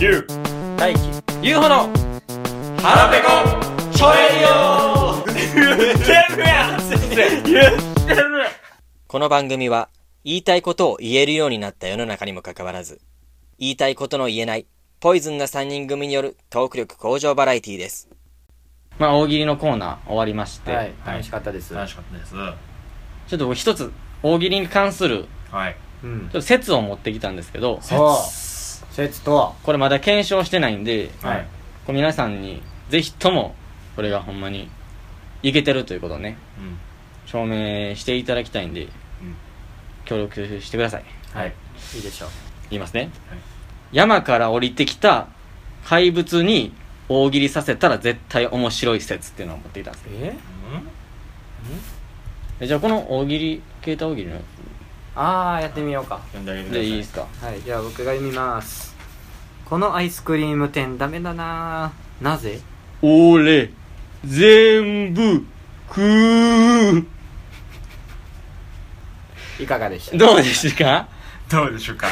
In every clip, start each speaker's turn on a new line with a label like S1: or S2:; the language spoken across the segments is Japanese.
S1: ゆう
S2: 大輝
S1: ゆうほの腹ペコちょえよ言ってるやん言ってる
S2: この番組は言いたいことを言えるようになった世の中にもかかわらず言いたいことの言えないポイズンな3人組によるトーク力向上バラエティーですまあ大喜利のコーナー終わりまして、
S3: はい、楽しかったです。
S1: 楽しかったですは
S2: ちょっと一つ大喜利に関するち
S1: い
S3: うん
S2: ょっ。と説を持ってきたんですけど
S3: そう。説とは、
S2: これまだ検証してないんで
S3: はい。
S2: これ皆さんにぜひともこれがほんまにいけてるということをね
S1: うん
S2: 証明していただきたいんで、協力してください
S1: はい
S3: いいでしょう。
S2: 言いますね、
S1: はい
S2: 山から降りてきた怪物に大喜利させたら絶対面白い説っていうのを持ってきたんですよ
S3: え
S2: えじゃあこの大喜利携帯大喜利のや
S3: あー、やってみようか。
S1: 読んであげてく
S2: つ
S1: ださ
S2: で
S1: い
S2: いいですか
S3: はい、じゃあ僕が読みます。このアイスクリーム店ダメだなぁ。なぜ
S2: 俺全部食
S3: いかがでした
S2: うどうでしたか
S1: どうでしょうか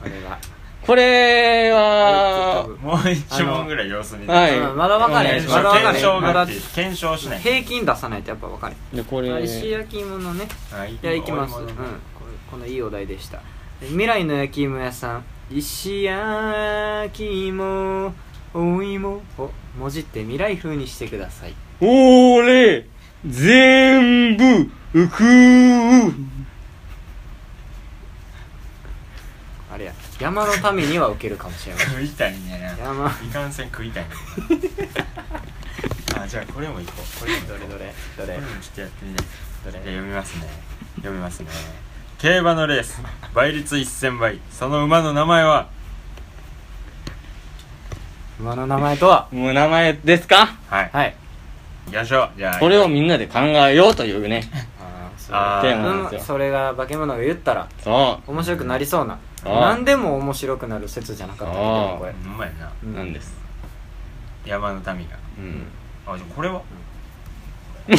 S3: これは。
S2: これは
S1: もう一問ぐらい様子見て
S2: は
S3: う
S2: い
S3: んまだ分かれへん。
S1: 検
S3: まだ分かれへ
S1: 証
S3: ん。まだ
S1: が検証しない
S3: 平均出さないとやっぱ分かれ
S2: でこれ
S3: へん。石焼き芋のね。
S1: はい
S3: いや、いきます。うん。これこのいいお題でした。未来の焼き芋屋さん。石焼き芋、お芋をもじって未来風にしてください。
S2: 俺全部食う
S3: あれや山の民には受けるかもしれません
S1: 食いたいね
S3: 山
S1: いかんせん食い たいねあじゃあこれもいこうこれもいこう
S3: どれどれど
S1: こ
S3: れ
S1: れもちょっとやってみて
S3: どれ
S1: じゃあ読みますね読みますね競馬のレース倍率1000倍その馬の名前は
S3: 馬の名前とは
S2: もう名前ですか
S1: はい
S3: はい
S1: 行きましょうじゃあ
S2: これをみんなで考えようというね
S3: あーそれ
S1: あー
S2: テーマなんです
S3: うん
S2: よ
S3: それが化け物が言ったら
S2: そ
S3: 面白くなりそうな
S2: あー
S3: 何でも面白くなる説じゃなかったっけこ
S1: う
S3: れ
S1: んうまいな
S2: うなんですす
S1: 山の民が
S2: うん
S1: あじゃあこれは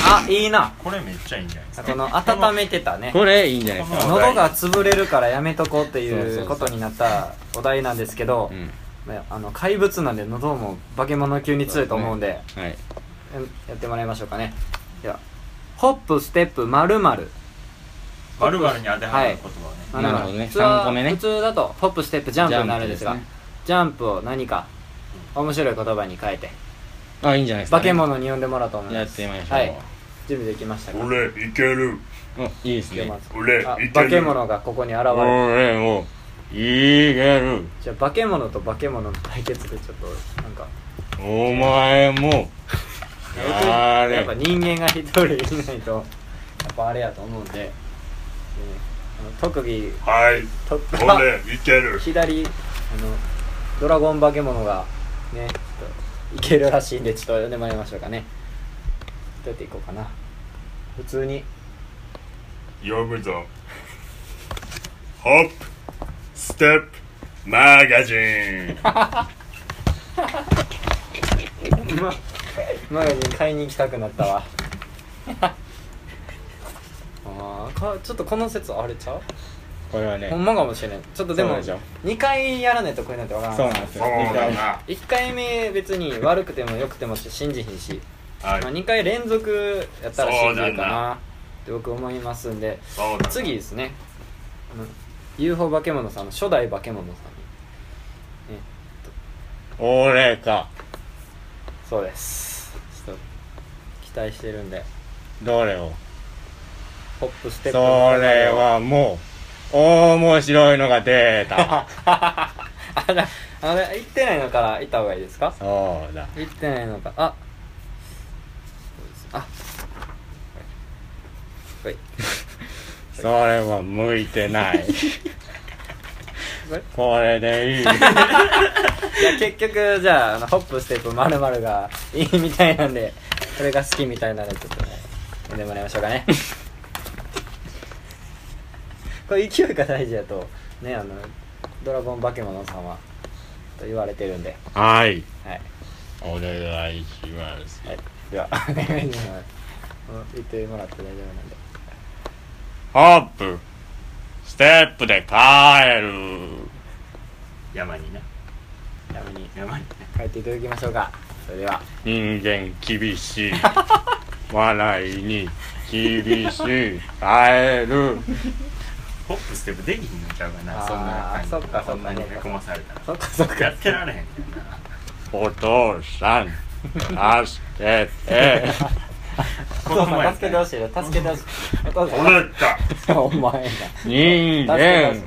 S3: あいいな
S1: これめっちゃいいんじゃないですか
S3: この温めてたね
S2: これいいんじゃないですか
S3: 喉が潰れるからやめとこうって
S2: そうそう
S3: い
S2: そうう
S3: ことになったお題なんですけど
S2: う、ん
S3: まああの怪物なんで喉も化け物級に強いと思うんで
S2: はい
S3: やってもらいましょうかねではホップステップまるまる
S1: バルバルに当てはまる言葉をね
S3: まあ
S2: なるほどね
S3: 普通は
S2: 三個目ね
S3: 普通だとホップステップジャンプになるんですがジ
S2: ジ
S3: ャ
S2: ャンプ
S3: ンプを何か面白い言葉に変えて
S2: あいいんじゃないですか
S3: 化
S2: ね
S3: け物に呼んでもらおうと思い
S2: や
S3: ま
S2: っ
S3: す
S2: てみましょう
S3: はい準備できましたか
S1: 俺いける
S2: うんいいです
S3: で
S2: ね
S3: まず
S1: 俺
S3: あ
S1: いけ
S3: 化
S1: る
S3: け物がここに現れる
S2: 俺もいける
S3: じゃあ化け物と化け物の対決でちょっとなんか
S2: お前もあれ
S3: やっぱ人間が一人いないとやっぱあれやと思うんで、えーあの特技
S1: はい
S3: と
S1: いける
S3: 左あのドラゴン化け物がねちょっといけるらしいんでちょっと読んでもらいましょうかねどうやっていこうかな普通に
S4: 読むぞホップステップマガジン
S3: 前に買いに行きたくなった わあーかちょっとこの説あれちゃう
S2: これはね
S3: ほんまかもしれんちょっとで
S2: そ
S3: も
S2: うでしょ
S3: 2回やらないとこういうなんてわからん
S2: そうなんですよ
S4: そうだな
S3: 1回目別に悪くても良くてもし信じひんし、
S4: はい
S3: まあ、2回連続やったら信じる
S4: そうだ
S3: かな
S4: な
S3: って僕思いますんで
S4: そうだ
S3: 次ですねあの UFO 化け物さんの初代化け物さんに
S2: 俺か
S3: そうですちょっと期待してるんで
S2: どれを
S3: ホップス
S2: そ
S3: テッ
S2: れ
S3: プの
S2: はもう面白いのが出 た
S3: あらあれ行ってないのから行った方がいいですか
S2: そうだ
S3: 行ってないのかあそうですあはい
S2: それは向いてない
S3: これ
S2: これでいい
S3: いや結局じゃああのホップステップまるまるがいいみたいなんでこれが好きみたいなのでちょっとね読んでもらいましょうかね これ勢いが大事だとねあのドラゴン化け物さんはと言われてるんで
S2: はい
S3: はい、
S2: お願いします
S3: はい、ではお 願いしますうん言ってもらって大丈夫なんで
S2: ホップステップで帰る
S1: 山にな
S3: ラムにラムに帰っていただきましょうかそれでは
S4: 人間 厳しい笑いに厳しい会えるホップステップできひんのちゃうかな
S3: あー
S4: そ
S3: そ
S4: んな
S3: っかそっか
S4: んなにへこまされたら
S3: そっかそっ
S4: や
S3: か
S4: ってられへんからお父さん助けて
S3: お父さん助けてほしいよ助けてほしいお父
S4: これか
S3: さんお前が助け
S4: 人
S3: てほし
S4: 間
S3: い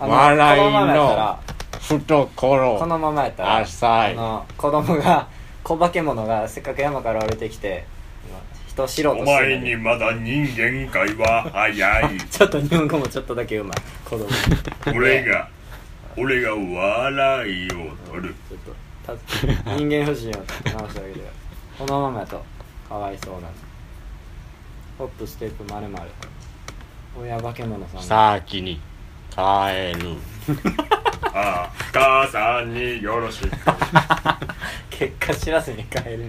S3: あ
S4: 笑い
S3: こ
S4: の
S3: のままやったらこ
S4: 懐
S3: のままやったら
S4: 浅
S3: あ
S4: い
S3: の子供が小化け物がせっかく山から降りてきて人を知ろう
S4: お
S3: としてる
S4: 前
S3: の
S4: にまだ人間界は早 い
S3: ちょっと日本語もちょっとだけうまい子供ちょっ
S4: 俺が俺が笑いを取る
S3: とた人間不信を直してあげてよこのままやとかわいそうなのホップステップまるまる親化け物さんが
S4: 先に帰るああ母さんに よろしく
S3: 結果知らずに帰るんや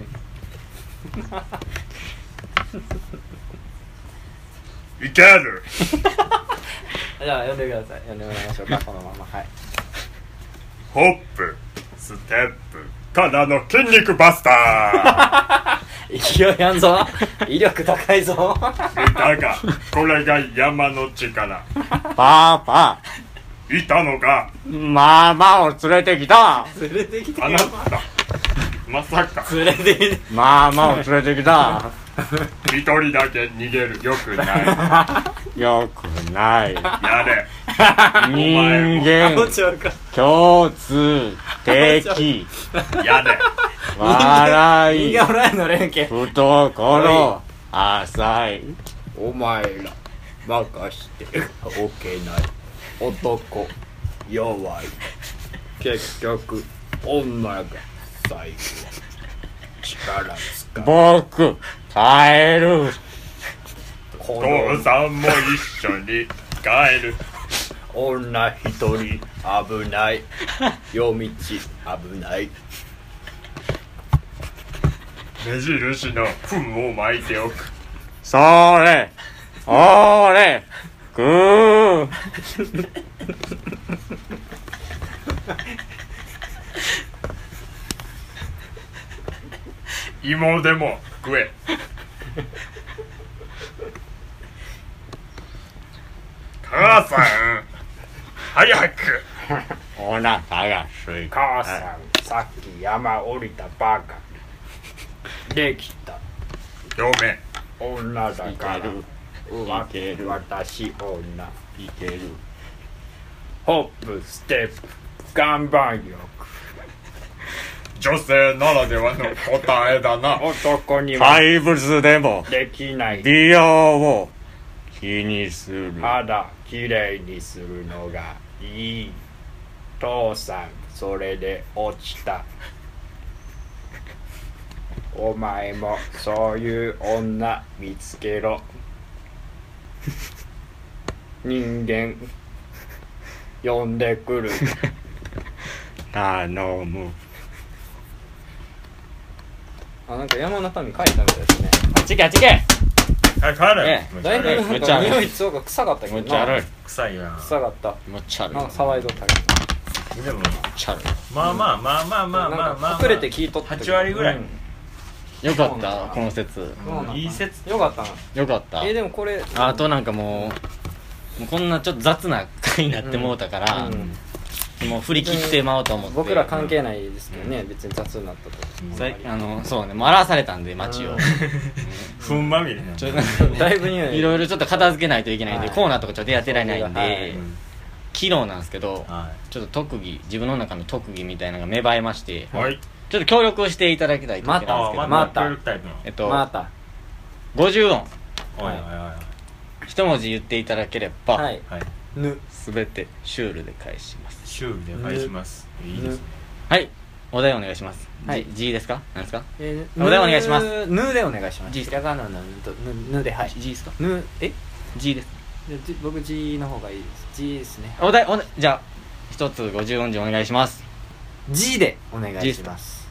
S4: いける
S3: じゃあ呼んでください呼んでもらいましょうかこのままはい
S4: ホップステップからの筋肉バスタ
S3: 勢いあんぞ威力高い ぞ
S4: ーだがこれが山の力
S2: パパ、
S4: いたのが
S2: ママを連れてきた。
S3: 連れてきて
S4: あなたまさか
S3: 連れてきて
S2: ママを連れてきた。
S4: 一人だけ逃げるよくない
S2: よく ない。
S4: やれ
S2: 人
S4: 前も
S2: 間
S3: ちょうか
S2: 共通 的。
S4: やれ
S2: 笑
S3: 人
S2: い、
S3: 間フライの連携
S2: 懐、浅い。
S5: お前ら任しておけない男弱い結局女が最後力使う
S2: 僕、帰る。
S5: こ
S4: 父さんも一緒に帰る
S5: の女一人危ない夜道危ない
S4: 目印の糞を巻いておく
S2: それ、俺、くー。
S4: 芋でも食え母さん早く
S2: お腹が空いた。
S5: 母さんさっき山降りたばかりできた
S4: 嫁
S5: 女だから
S2: いける
S5: わ
S2: いける
S5: 私女
S2: いける。
S5: ホップステップ岩盤浴
S4: 女性ならではの答えだな
S5: 男には
S2: 怪物でも、
S5: できない
S2: 美容を気にする。
S5: 肌きれいにするのがいい父さんそれで落ちたお前もそういう女見つけろ人間呼んでくる
S2: 頼む。
S3: あなんか山の民書いたみたいですね
S2: ちけちけ
S4: かかる、
S2: ね
S3: だいぶ
S2: めっ
S3: なん
S2: ちゃ
S3: か
S2: ある
S3: 匂い強が臭かったけ
S2: む
S3: ど
S2: っちゃ
S3: な
S2: 悪い
S1: 臭いな
S3: 臭かった
S2: むっちゃ悪い
S3: なんか騒いどったけ
S1: でも
S2: むっちゃ悪
S1: まあまあまあまあ
S3: ど
S1: まあまあまあ、
S3: なんか隠れて聞いとったけど
S1: 8割ぐらい
S2: いよかったこの説
S3: うん
S1: いい説
S3: よかったな
S2: よかった
S3: えーでもこれ
S2: あとなんかもうもうこんなちょっと雑な回になってもうたから、
S3: うん
S2: もう振り切ってまおうと思って
S3: 僕ら関係ないですけどね別に雑になったと
S2: さいあのそうねもう表されたんで街を
S3: うん
S1: ふんまみれな
S2: ちょっとなんか
S3: だいぶ匂 い
S2: いろいろちょっと片付けないといけないんで、
S3: はい
S2: コーナーとかちょっとやってられないんで、
S3: はい
S1: うん
S2: 昨日なんですけど
S1: は
S2: ちょっと特技自分の中の特技みたいなのが芽生えまして、
S4: はい
S2: ちょっと協力をしていただきたいといけ
S1: いあ
S2: ないんです
S1: あ
S2: け
S1: ま
S2: ど、
S1: た
S3: また
S1: 協力タイプの
S2: えっと、
S3: また
S2: 50音
S1: おいおいおい
S2: 一文字言っていただければ、
S3: はい
S1: おいはい
S3: ぬ
S2: 全てシュールで返します
S1: シュールでお願いしますいいですね
S2: はいお題お願いします
S3: は
S2: はいい G ですか何ですか
S3: えー
S2: お題お願いします
S3: ぬでお願いします
S2: じ
S3: ひらがなのぬとぬぬではい
S2: G ですか
S3: ぬえ
S2: G です
S3: じゃあじ僕 G の方がいいです G ですね
S2: お題お題じゃあ一つ50音字お願いします
S3: G でお願い
S2: G
S3: します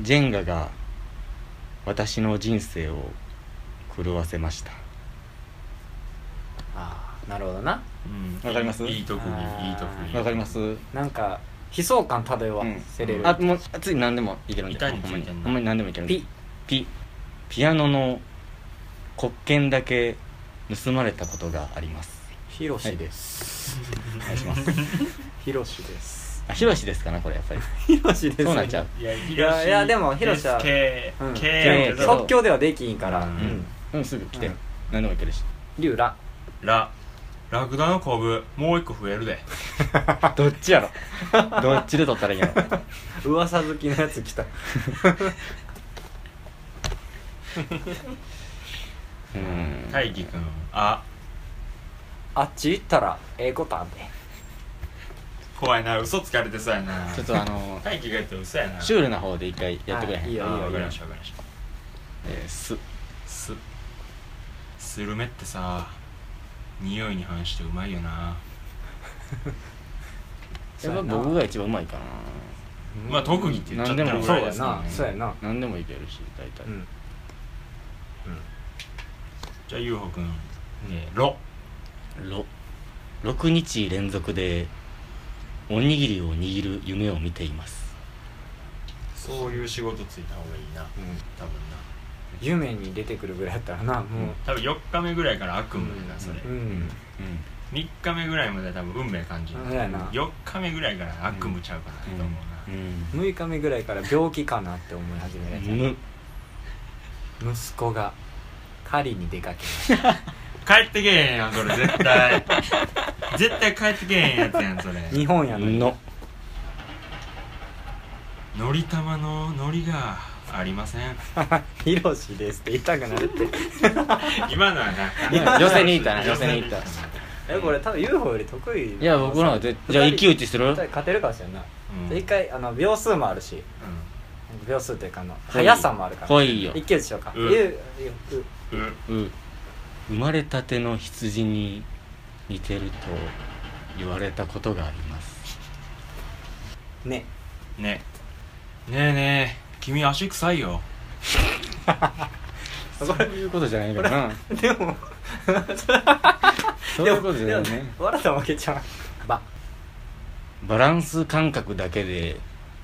S2: ジェンガが私の人生を狂わせました
S3: ああなるほどな
S1: うん
S2: わかります
S1: いい特技いい特技
S2: わかります
S3: なんか悲壮感漂わせれる、
S2: あもう次何でもいけるんで
S1: 板につ
S2: ほん
S1: い
S2: ま
S1: てん
S2: に
S1: の
S2: ほんまに何でもいけるんで
S3: ピ
S2: ピピアノの黒鍵だけ盗まれたことがあります
S3: ヒロシです
S2: お願いします
S3: ヒロシです
S2: あヒロシですかなこれやっぱり
S3: ヒロシです
S2: そうなっちゃう
S1: いやい
S3: やいやでもヒロシは
S1: け
S3: うん
S2: けど
S3: 即興ではできんから、
S2: う
S3: うんん、
S2: うんすぐ来て、
S3: うん
S2: 何でもいけるし
S3: リュウラ
S1: ララクダのコブもう一個増えるで
S2: どっちやろどっちで取ったらいいん やろ
S3: 噂好きのやつ来た
S2: うん
S1: 大輝くんあ
S3: あっち行ったらええことあんで
S1: 怖いな嘘つかれてそうやな
S2: ちょっとあの
S1: 大輝が言って嘘やな
S2: シュールな方で一回やってくれへん、
S3: はいいいよ
S1: あわかりましたわかりました
S2: えーす
S1: すスルメってさ匂いに反してうまいよな
S2: やっぱ僕が一番うまいかな
S1: まあ特技って言っちゃったら
S2: 何でも
S1: 俺らですもん
S3: そうや
S1: ね
S3: なそうやな
S2: 何でもいけるし大体、
S3: うん
S1: じゃあゆうほくんえーロ
S2: ろ6日連続でおにぎりを握る夢を見ています
S1: そういう仕事ついた方がいいな多分な
S3: 夢に出てくるぐらいやったらなも
S1: 多分4日目ぐらいから悪
S3: う、う
S1: 夢だなそれ
S3: うん、うん
S2: うん
S1: 3日目ぐらいまでは多分運命感じる
S3: そうやな
S1: 4日目ぐらいから悪夢ちゃうかなと思うな
S2: う
S3: 6日目ぐらいから病気かなって思い始めるやつや
S2: んむ
S3: な息子が狩りに出かけました
S1: 帰ってけえへんやんそれ絶対絶対帰ってけえへんやつやんそれ
S3: 日本やのに
S2: の
S1: のりたまののりがありません
S3: ヒロシですって言いたくなるって
S1: 今のはな
S2: 今寄せに行ったな寄せに行った
S3: えこれ多分 UFO より得意
S2: いや僕の方が絶じゃあ一騎打ちする
S3: 絶対勝てるかもしれんない、
S1: うん
S3: で一回あの秒数もあるし
S1: う
S3: 秒数というかあの速さもあるから
S2: 来いよ
S3: 一騎打ちしようか、
S1: うん
S3: ゆうう
S1: んう
S2: う生まれたての羊に似てると言われたことがあります
S3: ね
S1: ねねえねえ君足臭いよ
S2: そういうことじゃないかな
S3: でも
S2: そういうことじゃない
S3: で
S2: ね
S3: もでも笑ったら負けちゃうば
S2: バランス感覚だけで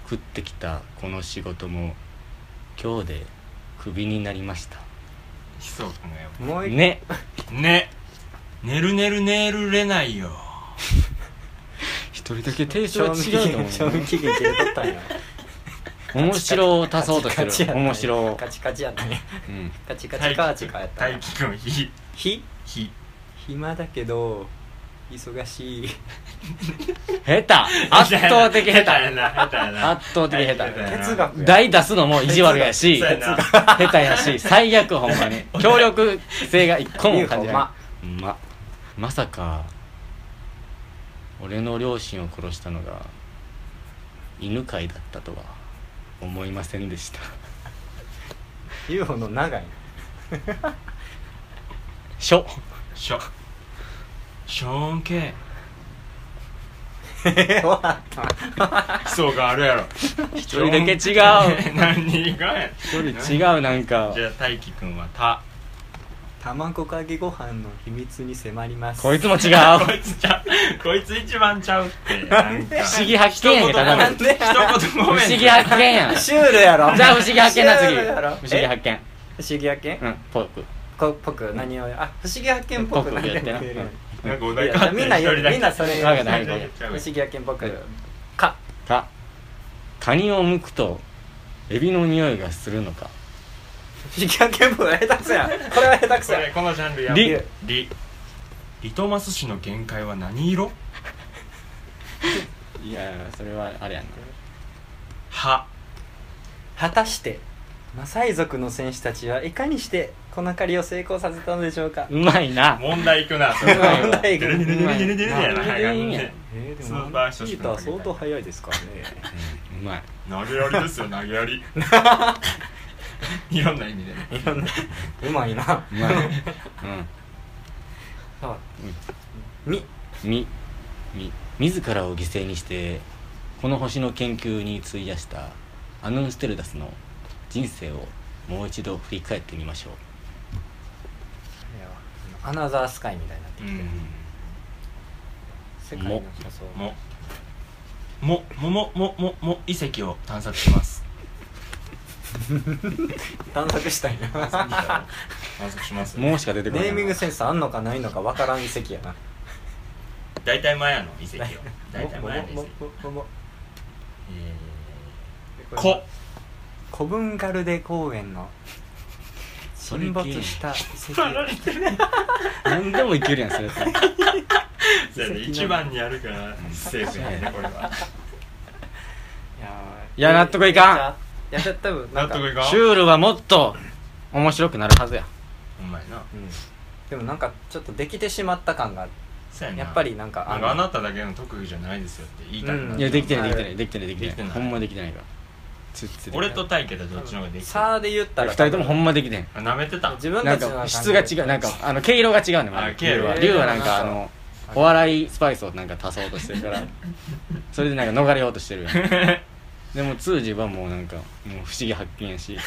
S2: 食ってきたこの仕事も今日でクビになりました
S1: 悲壮感がやば
S3: もう一
S2: ね
S1: いねねるねるねるれないよ
S2: 一人だけ提
S3: 回
S2: 唱は違うと思
S3: 賞
S2: うね
S3: 味期限切れとったんや
S2: 面白を足そうと
S3: カチカチ
S2: してる
S3: やったんや
S2: 面白を
S3: カチカチやったね
S2: うん
S3: カチカチカチカやった
S1: 大
S3: ね
S1: 輝くんひ
S3: ひ
S1: ひ
S3: 暇だけど 忙しい
S2: 下手圧倒的下手
S1: やな下手やな
S2: 圧倒的下手
S3: 哲学 や
S2: 台出すのも意地悪やし
S1: そうや
S2: 下
S1: な
S2: 手やし最悪ほんまに協力性が一個も感じない
S3: UFO ま
S2: ままさか俺の両親を殺したのが犬飼いだったとは思いませんでした
S3: UFO の長い
S2: しょ
S1: しょショーン系
S3: え終わった
S1: 基礎があるやろ一
S2: 一人だけ違 う
S1: 何がや
S2: 一人違うなんか
S1: じゃあ大輝くんはた
S3: 卵かけご飯の秘密に迫ります
S2: こいつも違う
S1: こいつちゃうこいつ一番ちゃうってなんか
S2: 不思議発見や
S1: 一
S2: けど
S1: 言コ
S2: な
S1: メ
S2: ん
S1: ン
S2: か
S1: ト一言
S2: 不
S1: ごめん
S2: 思議発見 やんじ
S3: シュールやろ
S2: ゃあ不思議発見な次
S3: シュールやろ
S2: 不思議発見
S3: え不思議発見
S2: うんぽく
S3: こぽく何をあ不思議発見っぽく
S2: ぽくやってな
S3: 言えるよね
S1: なんかお題変わってる
S3: みんな
S1: 一人だけ
S3: みんなそれ
S2: わけない
S1: 一人だけ
S3: 不思議発見っぽく
S2: うん
S3: か
S2: かカニを剥くとエビの匂いがするのか
S3: 不思議発見っぽく下手くそやんこれは下手くそ
S1: これ
S3: や
S1: このジャンルや
S2: リ
S1: リリトマス紙の限界は何色
S2: いやそれはあれやんな
S1: は
S3: 果たしてマサイ族の戦士たちはいかにしてこの狩りを成功させたのでしょうか
S2: うまいな
S1: 問題いくなそれは
S3: 問題
S1: デ
S3: が
S1: レデレデレデレデレやな
S2: うん
S1: 早いね
S3: え
S1: スーパー久しぶりの
S3: ー相当早いですからね
S2: うまい
S1: 投げやりですよ投げや りいろんな意味でね
S3: うまいな
S2: うまい
S3: あみ
S2: うんみみ自らを犠牲にしてこの星の研究に費やしたアヌンステルダスの人生をもう一度振り返ってみましょう
S3: アナザースカイみたいになって
S1: うん
S3: 世界の
S2: も
S3: 仮想
S1: ももももももも遺跡を探索します
S3: 探索したいな
S1: 探索します
S2: もうしか出てこな
S3: ネ
S2: い
S3: ーミングセンスあんのかないのかわからん遺跡やな
S1: 大体マヤの遺跡を大体マヤの遺跡
S3: もももも
S1: えーこ
S3: 古文ガルデ公園の
S2: それ
S3: 沈没した遺跡
S2: 何でもいけるやんそれって
S1: そうやね一番にあるからセーフやねこれはい
S2: や納得いか
S3: んいや多分
S1: 納
S3: なんか
S1: 得いかん
S2: シュールはもっと面白くなるはずや
S1: お前な
S3: うんでもなんかちょっとできてしまった感がある
S1: そうやな
S3: やっぱりなんか
S1: なんかあなただけの特技じゃないですよって言いたくなっちゃう
S3: うん
S2: いやできてない
S3: は
S2: できてな
S3: い
S2: いできてないできてない
S1: できてない
S2: ほんまできてないからつつ
S1: 俺と大輝とどっちの方ができてる
S3: さあで言ったら
S2: 二人ともほんまできてん
S1: あ舐めてた
S3: 自分
S2: な
S3: た
S2: ん
S3: ちの中
S2: か
S3: で
S2: 質が違うなんかあの毛色が違うねまだ
S1: あ毛色
S2: 龍は
S1: えー
S2: 龍はなんかあ
S3: なんか
S2: のお笑いスパイスをなんか足そうとしてるからそれでなんか逃れようとしてるやんでも通じはもうなんかもう不思議発見やし、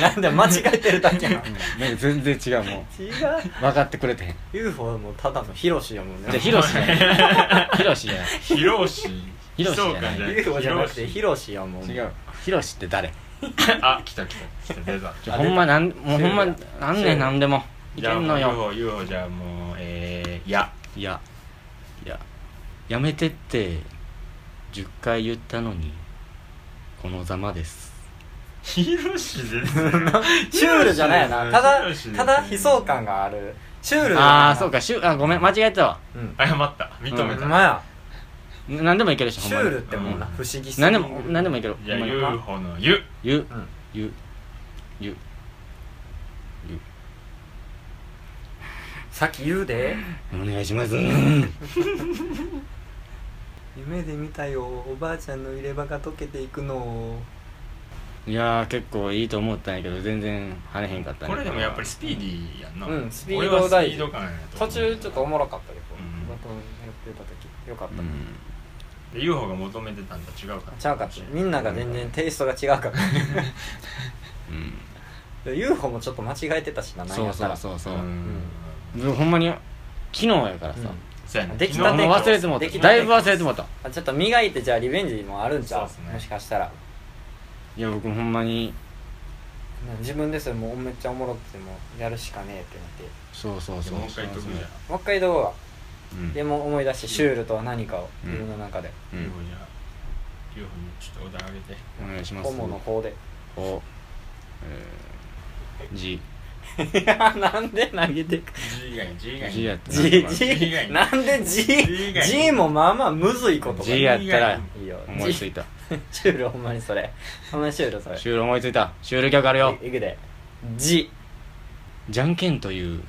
S3: なんで間違えてるだけなの
S2: うんなんか全然違うも
S3: 違う
S2: う分かってくれてへん
S3: UFO もただのヒロシやもんね
S2: じゃあヒロシやヒロシや
S1: ヒロシ
S2: ヒロシじゃ
S1: そ
S2: ない
S1: うかじゃない
S3: UFO じゃなくてヒロシやもん
S2: 違うヒロシって誰
S1: あ来た来た来た出た
S2: ちょほんまなんもうほんま
S3: シュ
S2: なんねんなんでもい
S1: じ
S2: け
S1: ゃあ
S2: ん
S1: も
S2: の
S1: う
S2: よ
S1: UFO UFO じゃあもうえー、いや
S2: いやいややめてって10回言ったのにこのざまです
S1: ヒロシです
S3: シュールじゃないよなただ
S1: ヒロシですね
S3: ただ悲壮感があるシュールだよな
S2: ああーそうかしゅあごめん間違えたわ
S3: うん
S1: 謝った認
S3: ほ
S1: め
S3: ん
S1: た、
S3: まや
S2: な何でもいけるし
S3: シ
S2: ほん
S3: ュ
S2: ま
S3: ー
S2: に
S3: ルってもうな不思議すぎ
S2: 何
S3: る
S2: でも何でもいける
S1: じゃあ
S2: ほんまに
S1: UFO の「ゆ
S2: 言う
S3: うん
S2: 言う言う
S3: さっき言うで
S2: お願い します
S3: 夢で見たよおばあちゃんの入れ歯が溶けていくのを
S2: いやー結構いいと思ったんやけど全然跳ねへんかった」ね
S1: これでもやっぱりスピーディーやんな、
S3: うんスピード
S1: 俺は
S3: 大
S1: スピー
S3: 事
S1: ド感やと
S3: 途
S1: 思う
S3: 中ちょっとおもろかったけど
S1: うん
S3: バトンやってた時よかった、
S2: うん
S1: で UFO が求めてたんと違うか
S3: ちゃうかったみんなが全然テイストが違う から
S2: うん
S3: で UFO もちょっと間違えてたしな何
S2: そ
S3: や
S2: う
S3: った
S2: そうそ
S3: ら
S2: う
S1: う
S2: そ
S1: ん、
S2: うでもほんまに昨日やからさ
S3: うん
S1: そうやね
S3: でき
S2: もう
S3: たて
S2: 忘れてもう
S3: でき
S2: た
S3: た
S2: だいぶ忘れてもうた
S3: あちょっと磨いてじゃあリベンジもあるんちゃう
S1: そうっすね
S3: もしかしたら
S2: いや僕ほんまに
S3: 自分ですよもうめっちゃおもろくてもうやるしかねえってなって
S2: そうそうそう
S1: もう一回言っとくじゃ、
S3: もう一回どうは
S2: うん
S3: でも思い出してシュールとは何かを
S2: うん
S3: 自分の中で、
S2: うんん
S1: UFO じゃあ UFO にちょっとお題あげて
S2: お願いします
S3: ホモの方で
S2: おえー G
S3: いやなんで投げてく
S1: G 以外に G 以外に
S2: G やったら
S3: G
S1: 以外
S3: G
S1: に
S3: なんで G
S1: G 以外
S3: G もまあまあむずいことだ
S2: G やったら
S3: いいよ
S2: 思いついた
S3: G シュールほんまにそれほんまにシュールそれ
S2: シュール思いついたシュール曲あるよ
S3: いいくで G
S2: じゃんけんという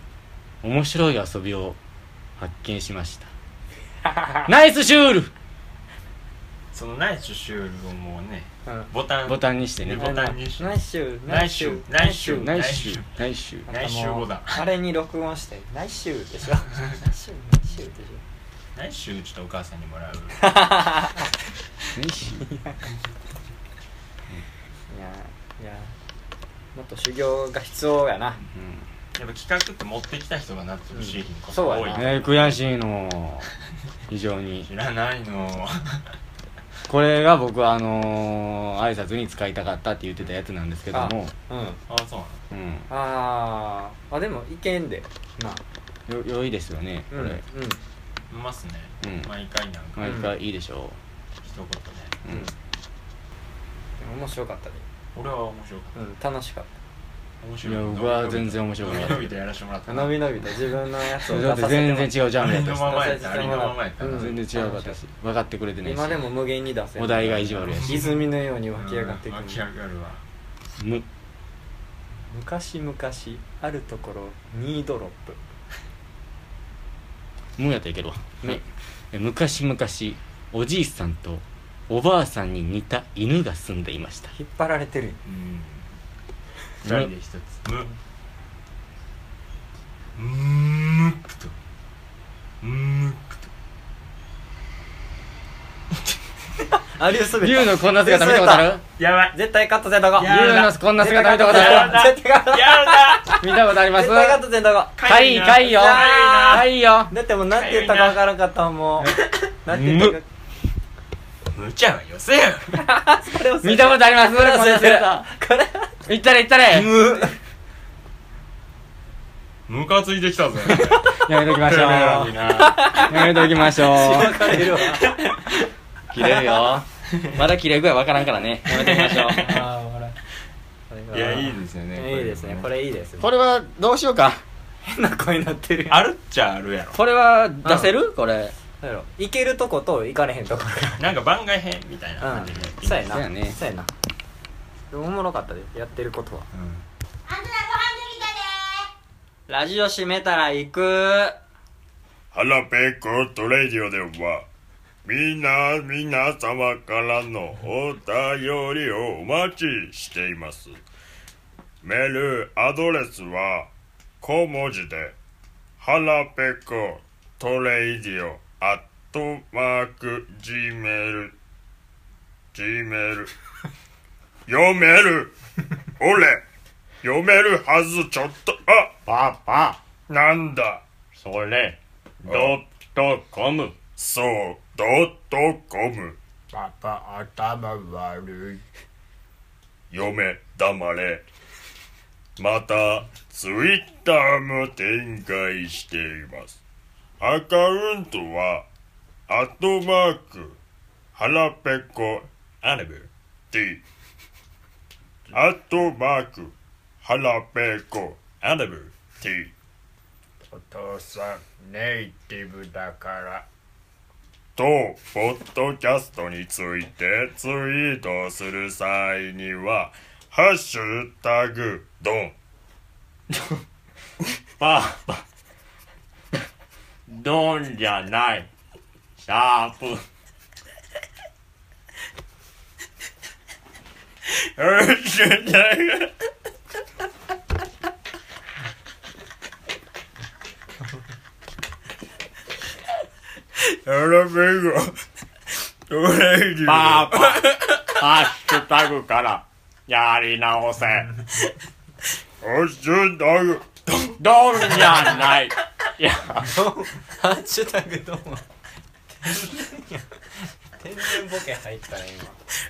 S2: 面白い遊びを発見しましたナイスシュール
S1: そのナイスシュールをもうね
S3: うん
S1: ボタン
S2: ボタンにしてね
S1: ボタンにし
S3: ナイスシュール
S1: ナイスシュールナイスシュール
S2: ナイスシュールナイスシュー
S3: な
S2: ル
S3: ん
S1: ナイス
S3: かもう
S1: シュールボタン
S3: あれに録音してナイスシュールで しょナイスシュールナイスシュールでしょ
S1: ナイスシュールちょっとお母さんにもらう
S2: ナイスシュール
S3: いやいやもっと修行が必要やな
S1: やっぱ企画って持ってきた人がなってるし、
S3: うん
S1: ことが多い
S3: そうやな
S2: えー悔しいの非常に
S1: 知らないの
S2: これが僕はあのー、挨拶に使いたかったって言ってたやつなんですけども
S3: うん
S1: あそうなの
S2: うん
S3: あーあでもいけんでな
S2: よ良いですよねこれ、
S3: うんうん
S1: うますね、
S2: うん
S1: 毎回なんか
S2: 毎回いいでしょ
S1: 一言ね
S2: う、
S3: うん面白かったね
S1: 俺は面白かっ
S3: うん楽しかった
S1: 面
S2: う
S1: 白
S2: ん、いや僕は全然面白くな
S1: 伸
S2: い
S1: び伸びとやらしてもらったた
S3: のび
S1: び
S3: のびと自分のやつを出
S2: だ
S3: さ
S2: っ
S3: せ
S2: て
S3: て
S2: 全然
S3: う
S2: 違うジャンルやっ
S1: の
S2: た
S1: ままやったありのままやった、
S3: うん
S2: 全然違うかったし分かってくれてないし
S3: 今でも無限に出せる
S2: お題が意地悪やし
S3: 泉のように湧き上がってく
S1: うん
S3: る
S1: 湧き上がるわ
S2: む
S3: 昔々あるところ2ドロップ
S2: むやったらいけるわ、え昔々おじいさんとおばあさんに似た犬が住んでいました
S3: 引っ張られてるよ
S1: うん二
S2: む
S1: 人で一つむむーくとむーくと
S3: あ竜滑った
S2: 竜のこんな姿見たことある
S1: やばい
S3: 絶対カットせんとこ
S1: いや
S2: 竜のこんな姿見たことある
S3: 絶対カット
S1: やだ
S2: 見たことあります
S3: 絶対カットせんとこ
S2: かいかいよ
S3: いやー
S2: かいよ
S3: だってもうなんて言ったかわからんかったもん。なんて言ったか。
S1: むちゃはよせよ
S2: 見たことありますこのセンサ
S1: これ
S2: ーいったれいったれ
S4: ムカついてきた ぜ。
S2: やめとき ましょう
S4: カメラにな。
S2: やめときましょ う
S3: かれるわ
S2: 切れるよまだ切れ具合わからんからねやめときましょう
S3: ああ笑
S4: いや、いいですよね。
S3: いいですね これいいですね
S2: これはどうしようか
S3: 変な声になってるやん
S1: あるっちゃあるやろ
S2: これは出せるこれ
S3: なんやろ行けるとこと行かれへんとこ
S1: なんか番外編みたいな
S3: が
S1: 感
S3: う
S1: じでやって
S3: ん
S1: み
S3: そう
S1: て
S3: や
S2: そうや
S3: な
S2: ね
S3: そうやなでもおもろかったでやってることは
S2: ラジオ閉めたら行く
S4: 腹ペコトレディオでは、みんな、皆様からのお便りをお待ちしています。メールアドレスは、小文字で、腹ペコトレディオアットマーク Gmail、Gmail、読める、俺、読めるはずちょっと、あパパ、なんだ、それ、ドットコム。そう、ドットコム。
S5: パパ頭悪い
S4: 嫁、黙れ。また、ツイッターも展開しています。アカウントは、アットマーク、はらぺこ、
S1: アナブ
S4: t。アットマーク、はらぺこ、
S1: アナブ
S4: t。
S5: お父さんネイティブだから
S4: 当ポッドキャストについてツイートする際には「ハッシュタグド ン」
S1: パー
S4: ドンじゃないシャープハッシュタグハラペコトレーニング
S1: パーパ
S4: ハッシュタグからやり直せ。ハッシュタグ。
S1: ドンじゃない
S3: ハッシュタグどうも 天然ボケ入ったね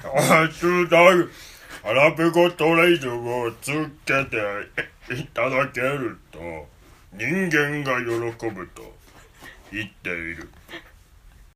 S4: ハッシュタグ。アラビコトレードをつけていただけると、人間が喜ぶと言っている。